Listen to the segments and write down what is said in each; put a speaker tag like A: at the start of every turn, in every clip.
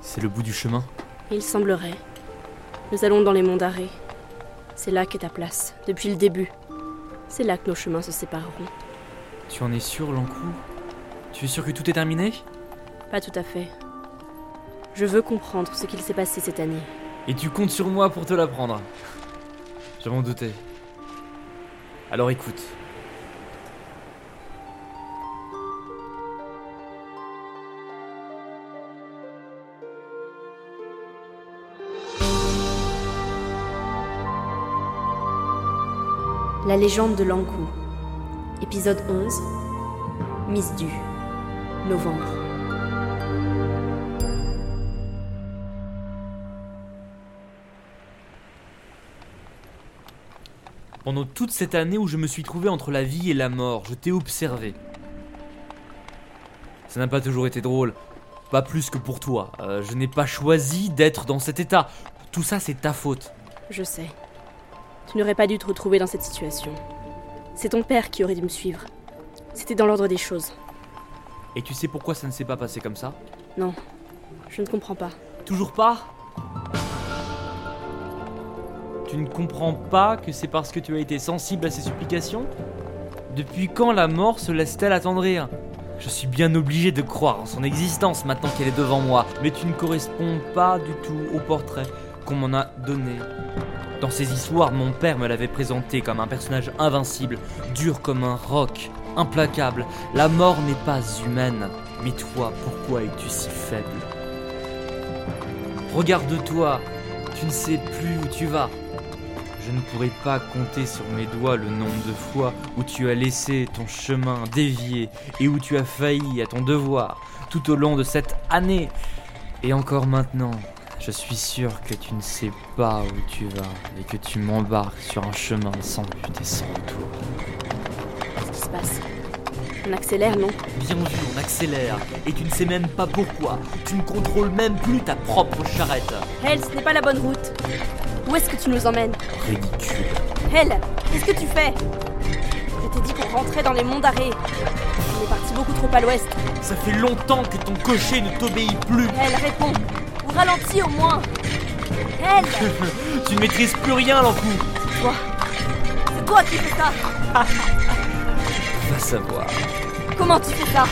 A: C'est le bout du chemin.
B: Il semblerait. Nous allons dans les monts d'Arrée. C'est là qu'est ta place, depuis le début. C'est là que nos chemins se sépareront.
A: Tu en es sûr, Lancou Tu es sûr que tout est terminé
B: Pas tout à fait. Je veux comprendre ce qu'il s'est passé cette année.
A: Et tu comptes sur moi pour te l'apprendre. Je m'en doutais. Alors écoute.
B: La légende de Lankou. Épisode 11. Mise du. Novembre.
A: Pendant toute cette année où je me suis trouvé entre la vie et la mort, je t'ai observé. Ça n'a pas toujours été drôle. Pas plus que pour toi. Euh, je n'ai pas choisi d'être dans cet état. Tout ça, c'est ta faute.
B: Je sais. Tu n'aurais pas dû te retrouver dans cette situation. C'est ton père qui aurait dû me suivre. C'était dans l'ordre des choses.
A: Et tu sais pourquoi ça ne s'est pas passé comme ça
B: Non, je ne comprends pas.
A: Toujours pas Tu ne comprends pas que c'est parce que tu as été sensible à ses supplications Depuis quand la mort se laisse-t-elle attendrir Je suis bien obligé de croire en son existence maintenant qu'elle est devant moi, mais tu ne corresponds pas du tout au portrait qu'on m'en a donné. Dans ces histoires, mon père me l'avait présenté comme un personnage invincible, dur comme un roc, implacable. La mort n'est pas humaine. Mais toi, pourquoi es-tu si faible Regarde-toi, tu ne sais plus où tu vas. Je ne pourrais pas compter sur mes doigts le nombre de fois où tu as laissé ton chemin dévié et où tu as failli à ton devoir tout au long de cette année. Et encore maintenant, je suis sûr que tu ne sais pas où tu vas et que tu m'embarques sur un chemin sans but et sans retour.
B: Qu'est-ce qui se passe On accélère, non
A: Bien vu, on accélère et tu ne sais même pas pourquoi. Tu ne contrôles même plus ta propre charrette.
B: Hell, ce n'est pas la bonne route. Où est-ce que tu nous emmènes
A: Ridicule.
B: Hell, qu'est-ce que tu fais Je t'ai dit qu'on rentrait dans les monts d'arrêt. On est parti beaucoup trop à l'ouest.
A: Ça fait longtemps que ton cocher ne t'obéit plus.
B: Hell, réponds. Ou ralentis au moins. Hell,
A: Tu ne maîtrises plus rien, l'encou.
B: toi. C'est toi qui fais ça.
A: Va savoir.
B: Comment tu fais ça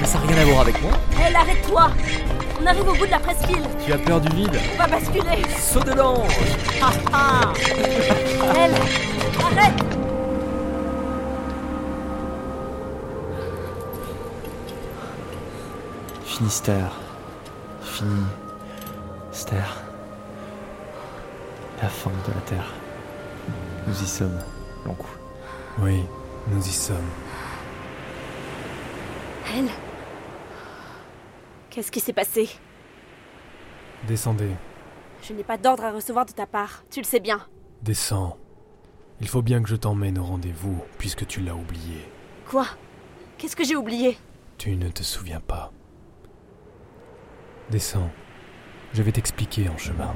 A: Mais ça n'a rien à voir avec moi.
B: Hell, arrête-toi. On arrive au bout de la presqu'île.
A: Tu as peur du vide
B: On va basculer. Ah.
A: Saut de l'ange
B: Hell, arrête.
A: Finistère. Finistère. La fin de la Terre. Nous y sommes, l'encou.
C: Oui, nous y sommes.
B: Hell. Qu'est-ce qui s'est passé
C: Descendez,
B: Je n'ai pas d'ordre à recevoir de ta part, tu le sais bien.
C: descends. Il faut bien que je t'emmène au rendez-vous, puisque tu l'as oublié.
B: Quoi Qu'est-ce que j'ai oublié
C: Tu ne te souviens pas. Descends. Je vais t'expliquer en chemin.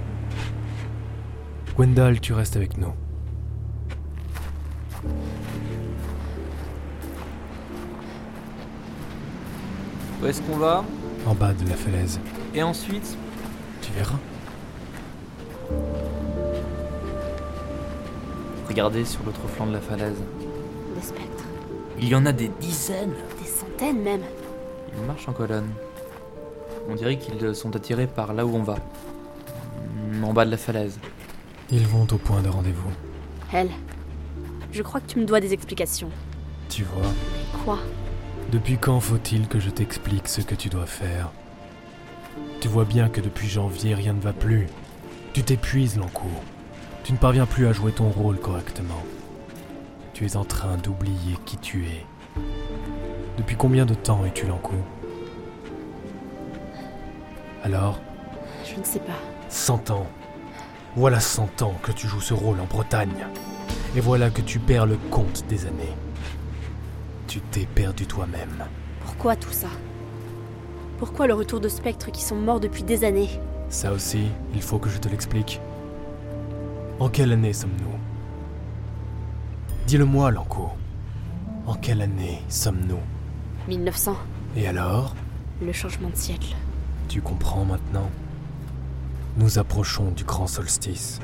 C: Gwendal, tu restes avec nous.
A: Où est-ce qu'on va
C: En bas de la falaise.
A: Et ensuite
C: Tu verras.
A: Regardez sur l'autre flanc de la falaise.
B: Des spectres,
A: Il y en a des dizaines
B: des centaines même.
A: Ils marchent en colonne. On dirait qu'ils sont attirés par là où on va. Hmm, En bas de la falaise.
C: Ils vont au point de rendez-vous.
B: Elle, je crois que tu me dois des explications.
C: Tu vois.
B: Quoi
C: Depuis quand faut-il que je t'explique ce que tu dois faire Tu vois bien que depuis janvier, rien ne va plus. Tu t'épuises, l'encours. Tu ne parviens plus à jouer ton rôle correctement. Tu es en train d'oublier qui tu es. Depuis combien de temps es-tu l'encours Alors,
B: Je ne sais pas.
C: 100 ans. Voilà 100 ans que tu joues ce rôle en Bretagne. Et voilà que tu perds le compte des années. Tu t'es perdu toi-même.
B: Pourquoi tout ça Pourquoi le retour de spectres qui sont morts depuis des années
C: Ça aussi, il faut que je te l'explique. En quelle année sommes-nous Dis-le-moi, Lanko. En quelle année sommes-nous
B: 1900,
C: Et alors
B: le changement de siècle.
C: Tu comprends maintenant Nous approchons du grand solstice.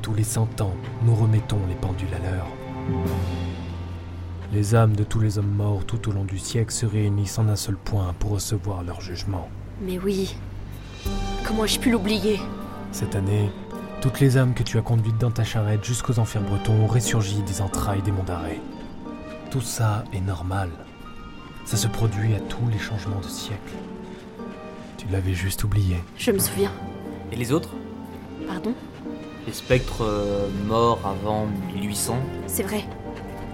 C: Tous les cent ans, nous remettons les pendules à l'heure. Les âmes de tous les hommes morts tout au long du siècle se réunissent en un seul point pour recevoir leur jugement.
B: Mais oui. Comment ai-je pu l'oublier
C: Cette année, toutes les âmes que tu as conduites dans ta charrette jusqu'aux enfers bretons ont ressurgi des entrailles des monts d'arrêt. Tout ça est normal. Ça se produit à tous les changements de siècle. Tu l'avais juste oublié.
B: Je me souviens.
A: Et les autres
B: Pardon
A: Les spectres euh, morts avant 1800
B: C'est vrai.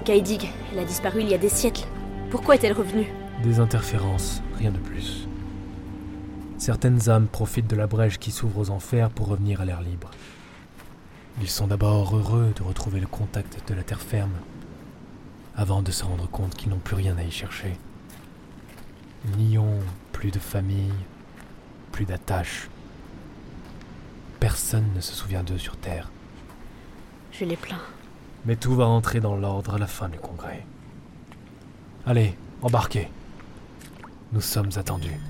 B: Gaïdig, elle a disparu il y a des siècles. Pourquoi est-elle revenue
C: Des interférences, rien de plus. Certaines âmes profitent de la brèche qui s'ouvre aux enfers pour revenir à l'air libre. Ils sont d'abord heureux de retrouver le contact de la terre ferme, avant de se rendre compte qu'ils n'ont plus rien à y chercher. Ils n'y ont plus de famille, plus d'attache. Personne ne se souvient d'eux sur Terre.
B: Je l'ai plaint.
C: Mais tout va rentrer dans l'ordre à la fin du congrès. Allez, embarquez. Nous sommes attendus.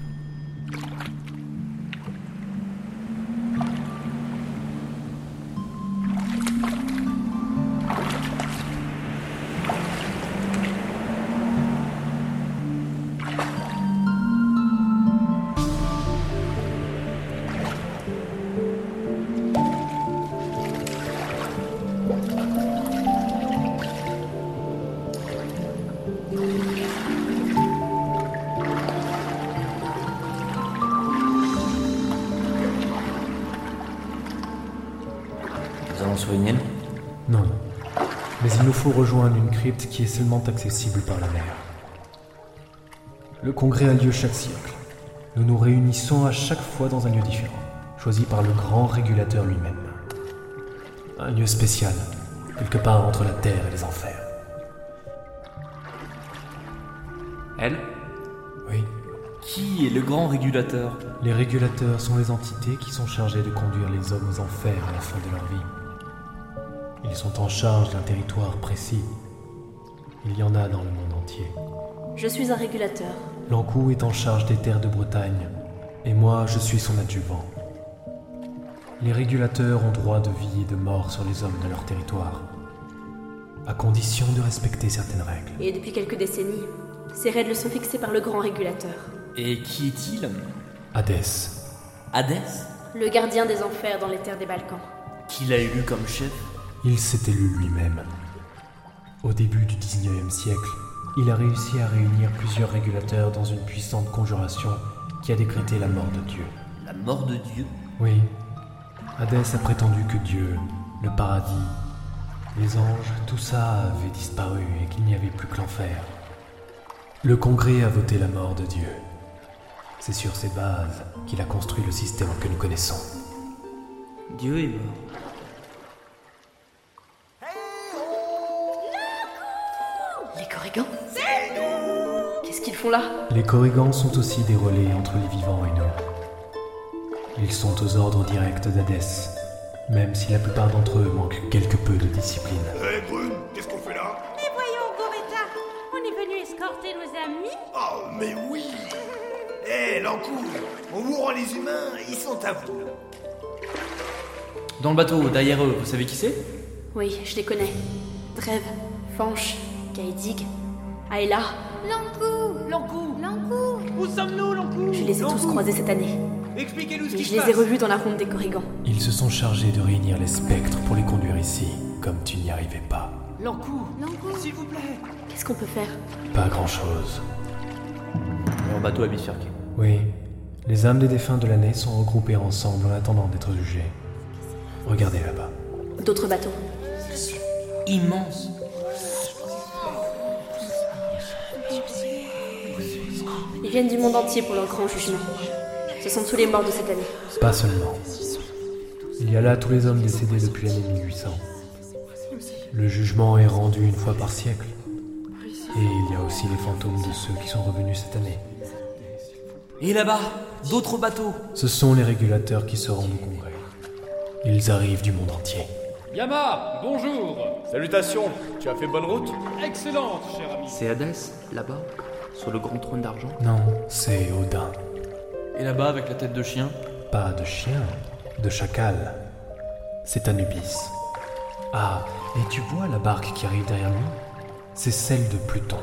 A: Nous allons sur une île
C: Non. Mais il nous faut rejoindre une crypte qui est seulement accessible par la mer. Le congrès a lieu chaque siècle. Nous nous réunissons à chaque fois dans un lieu différent, choisi par le grand régulateur lui-même. Un lieu spécial, quelque part entre la terre et les enfers.
A: Elle
C: Oui.
A: Qui est le grand régulateur
C: Les régulateurs sont les entités qui sont chargées de conduire les hommes aux enfers à la fin de leur vie. Ils sont en charge d'un territoire précis. Il y en a dans le monde entier.
B: Je suis un régulateur.
C: L'Ankou est en charge des terres de Bretagne, et moi je suis son adjuvant. Les régulateurs ont droit de vie et de mort sur les hommes de leur territoire, à condition de respecter certaines règles.
B: Et depuis quelques décennies, ces règles sont fixées par le grand régulateur.
A: Et qui est-il
C: Hadès,
A: Hadès
B: Le gardien des enfers dans les terres des Balkans.
A: Qui l'a élu comme chef
C: il s'est élu lui-même. Au début du 19e siècle, il a réussi à réunir plusieurs régulateurs dans une puissante conjuration qui a décrété la mort de Dieu.
A: La mort de Dieu
C: Oui. Hadès a prétendu que Dieu, le paradis, les anges, tout ça avait disparu et qu'il n'y avait plus que l'enfer. Le Congrès a voté la mort de Dieu. C'est sur ces bases qu'il a construit le système que nous connaissons.
A: Dieu est mort.
B: Les Corrigans C'est nous Qu'est-ce qu'ils font là
C: Les Corrigans sont aussi des relais entre les vivants et nous. Ils sont aux ordres directs d'Hadès, même si la plupart d'entre eux manquent quelque peu de discipline.
D: Hé Eh, Brune, qu'est-ce qu'on fait là
E: Mais voyons, Gometta, on est venu escorter nos amis
D: Oh, mais oui Eh, Hé, l'encou En mourant les humains, ils sont à vous
A: Dans le bateau, derrière eux, vous savez qui c'est
B: Oui, je les connais. Drève, Fanche, Gaïdig, Ayla,
E: L'encou L'encou L'encou
F: Où sommes-nous, l'encou
B: je les ai tous croisés cette année.
F: Expliquez-nous ce
B: Et
F: qui
B: je
F: se
B: les ai
F: passe.
B: revus dans la ronde des Corrigans.
C: Ils se sont chargés de réunir les spectres pour les conduire ici, comme tu n'y arrivais pas.
F: L'encou,
E: L'encou
F: s'il vous plaît.
B: Qu'est-ce qu'on peut faire
C: Pas grand-chose.
A: Un bateau à bifurquer.
C: Oui, les âmes des défunts de l'année sont regroupées ensemble en attendant d'être jugées. Regardez là-bas.
B: D'autres bateaux
A: Immense
B: Ils viennent du monde entier pour leur grand jugement. Ce sont tous les morts de cette année.
C: Pas seulement. Il y a là tous les hommes décédés depuis l'année 1800. Le jugement est rendu une fois par siècle. Et il y a aussi les fantômes de ceux qui sont revenus cette année.
A: Et là-bas, d'autres bateaux
C: Ce sont les régulateurs qui se rendent au congrès. Ils arrivent du monde entier.
G: Yama, bonjour
D: Salutations Tu as fait bonne route
G: Excellente, cher ami
H: C'est Hadès, là-bas, sur le grand trône d'argent.
C: Non, c'est Odin.
A: Et là-bas, avec la tête de chien
C: Pas de chien, de chacal. C'est Anubis. Ah, et tu vois la barque qui arrive derrière nous C'est celle de Pluton.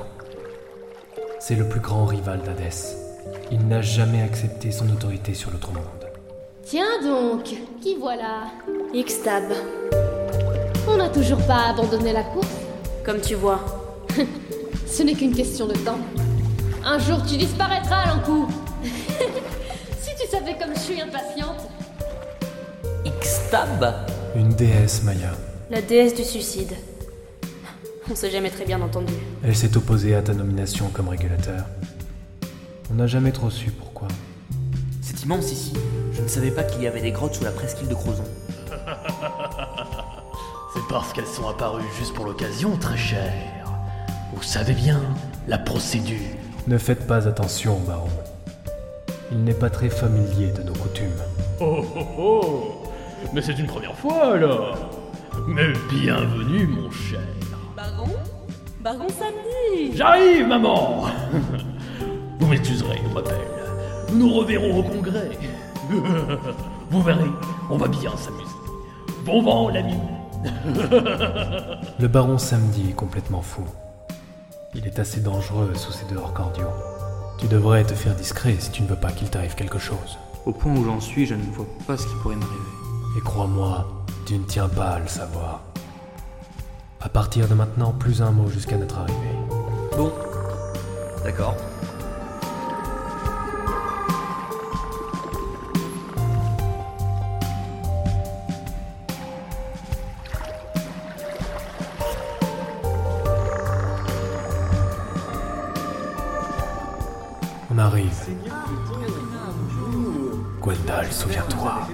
C: C'est le plus grand rival d'Hadès. Il n'a jamais accepté son autorité sur l'autre monde.
H: Tiens donc, qui voilà
B: X-Tab,
H: On n'a toujours pas abandonné la course.
B: comme tu vois.
H: Ce n'est qu'une question de temps. Un jour, tu disparaîtras, Lankou. si tu savais comme je suis impatiente.
A: Xtab
C: Une déesse, Maya.
B: La déesse du suicide. On s'est jamais très bien entendu.
C: Elle s'est opposée à ta nomination comme régulateur. On n'a jamais trop su pourquoi.
A: C'est immense ici. Je ne savais pas qu'il y avait des grottes sous la presqu'île de Crozon.
I: C'est parce qu'elles sont apparues juste pour l'occasion, très cher. Vous savez bien, la procédure.
C: Ne faites pas attention, baron. Il n'est pas très familier de nos coutumes.
I: Oh oh oh Mais c'est une première fois alors Mais bienvenue, mon cher.
J: Baron Baron Samedi
I: J'arrive, maman Vous m'excuserez, je rappelle. Nous nous reverrons au congrès. Vous verrez, on va bien s'amuser. Bon vent, l'ami
C: Le baron samedi est complètement fou. Il est assez dangereux sous ses dehors cordiaux. Tu devrais te faire discret si tu ne veux pas qu'il t'arrive quelque chose.
K: Au point où j'en suis, je ne vois pas ce qui pourrait m'arriver.
C: Et crois-moi, tu ne tiens pas à le savoir. À partir de maintenant, plus un mot jusqu'à notre arrivée.
A: Bon. D'accord.
C: On arrive. Gwendal, souviens-toi.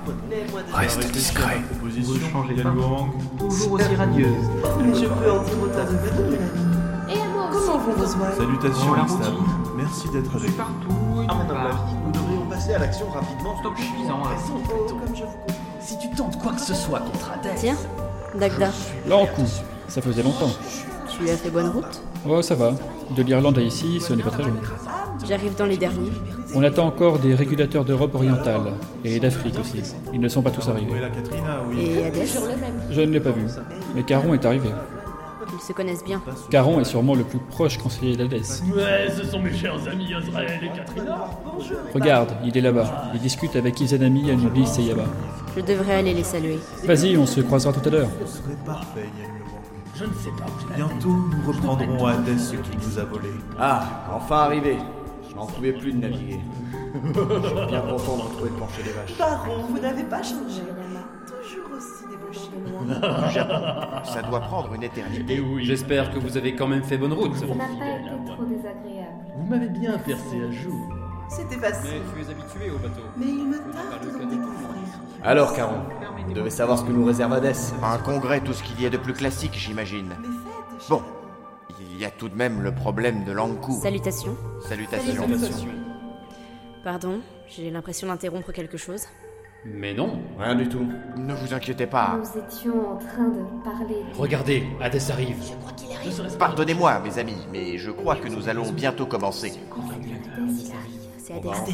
C: Reste discret.
J: Bonjour aux radieuse. Mais je peux en dire autant de vous.
H: Et à moi aussi.
J: Comment vont vos oies
L: Salutations, Instab. Merci d'être avec nous.
J: Partout,
D: À mon avis, nous devrions passer à l'action rapidement.
K: Stop, je suis en
D: Pressons,
J: Oh,
D: Pluton.
J: comme je vous comprends.
I: Si tu tentes quoi que ce soit contre Adès,
B: Tiens, Dagda,
G: L'Ankou, ça faisait longtemps.
B: tu as fait bonne route
G: Oh, ça va. De l'Irlande à ici, ce n'est pas très joli.
B: J'arrive dans les derniers.
G: On attend encore des régulateurs d'Europe orientale et d'Afrique aussi. Ils ne sont pas tous
L: Où est
G: arrivés.
L: la Katrina Oui.
B: Et Hades,
H: Toujours le même.
G: Je ne l'ai pas vu. Mais Caron est arrivé.
B: ils se connaissent bien.
G: Caron est sûrement le plus proche conseiller d'Hadès.
I: Ouais, ce sont mes chers amis Azrael et Katrina.
G: Regarde, il est là-bas. Il discute avec Izanami, Anubis et Yaba.
B: Je devrais aller les saluer.
G: Vas-y, on se croisera tout à l'heure.
L: Ce serait parfait, Yanuang.
I: Je ne sais pas où j'ai la tête.
L: Bientôt, nous reprendrons à Hades ce qu'il nous a volé.
M: Ah, enfin arrivé. Je n'en pouvais plus de naviguer. Je suis bien content de retrouver le plancher des vaches.
J: Baron, vous n'avez pas changé. Toujours aussi débauché.
M: Ça doit prendre une éternité.
I: Et oui,
K: J'espère que vous avez quand même fait bonne route.
I: Vous
H: n'a
I: êtes
H: pas
I: fidèle à
H: été
I: moi.
H: trop désagréable.
I: Vous m'avez bien percé à jour.
J: C'était facile.
K: tu es habitué au bateau.
J: Mais il me tarde d'en découvrir.
M: Alors, Caron, vous devez savoir ce que nous réserve Hades.
K: Un congrès, tout ce qu'il y a de plus classique, j'imagine.
J: Les fêtes.
K: Bon, il y a tout de même le problème de l'Ankou.
B: Salutations.
K: Salutations.
B: Pardon, j'ai l'impression d'interrompre quelque chose.
K: Mais non.
M: Rien du tout.
K: Ne vous inquiétez pas.
H: Nous étions en train de parler.
I: Regardez, Hadès arrive.
M: Pardonnez-moi, mes amis, mais je crois que nous allons bientôt commencer.
B: C'est
L: bah,
B: Hades.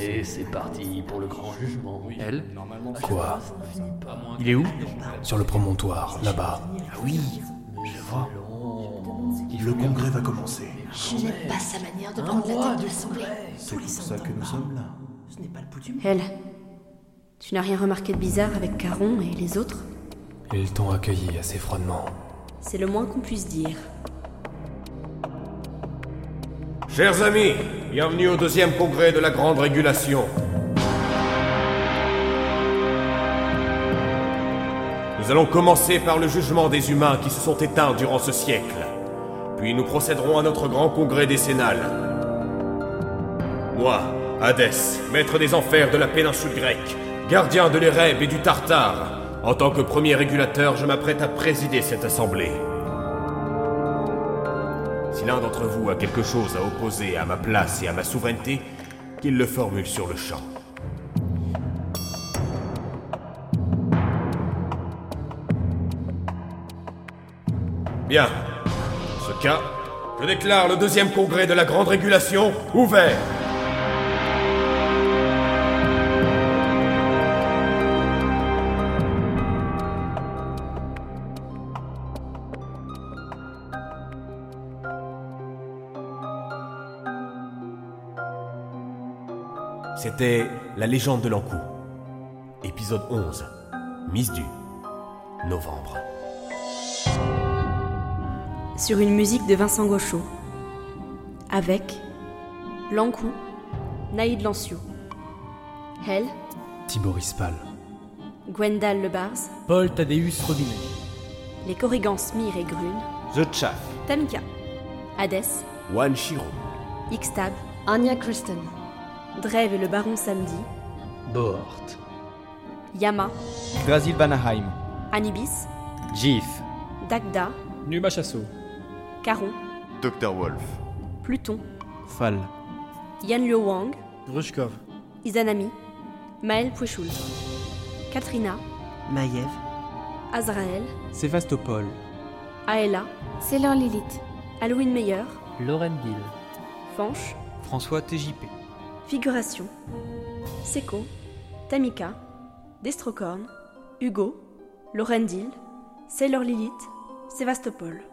I: Et c'est parti pour le grand jugement.
K: Elle
C: Quoi
K: Il est où
C: Sur le promontoire, là-bas.
L: Le congrès va commencer.
H: Je n'aime pas sa manière de prendre la tête de l'assemblée.
L: C'est pour ça que nous sommes là.
B: Elle. Tu n'as rien remarqué de bizarre avec Caron et les autres
C: Ils t'ont accueilli assez froidement.
B: C'est le moins qu'on puisse dire.
D: Chers amis, bienvenue au deuxième congrès de la Grande Régulation. Nous allons commencer par le jugement des humains qui se sont éteints durant ce siècle. Puis nous procéderons à notre grand congrès décennal. Moi, Hadès, maître des enfers de la péninsule grecque, gardien de l'Éreb et du Tartare, en tant que premier régulateur, je m'apprête à présider cette assemblée. Si l'un d'entre vous a quelque chose à opposer à ma place et à ma souveraineté, qu'il le formule sur le champ. Bien. Dans ce cas, je déclare le deuxième congrès de la Grande Régulation ouvert. C'était La légende de l'Ankou. Épisode 11. Mise du novembre.
B: Sur une musique de Vincent Gauchot. Avec Lankou, Naïd Lanciou, Hel,
C: Tiboris Pal.
B: Gwendal Lebarz,
A: Paul Thaddeus Robinet.
B: les Corrigans Smir et Grune,
D: The Chaff.
B: Tamika, Hadès,
D: Wan Shiro.
B: Ixtab, Anya Kristen, Dreve et le Baron Samedi,
N: Bohort.
B: Yama,
N: Drasil Banaheim.
B: Anibis,
G: Jif.
B: Dagda,
G: Numa Chasso.
B: Caron,
K: Dr. Wolf.
B: Pluton,
N: Fall.
B: Yanluo Wang,
N: Rushkov.
B: Izanami, Maël Pouichoul, Katrina,
N: Maiev.
B: Azrael,
N: Sévastopol.
B: Aela, Célor Lilith, Halloween Meyer,
O: Lauren Bill.
B: Fanche,
O: François TJP.
B: Figuration, Seko, Tamika, Destrocorn, Hugo, Laurendil, Sailor Lilith, Sévastopol.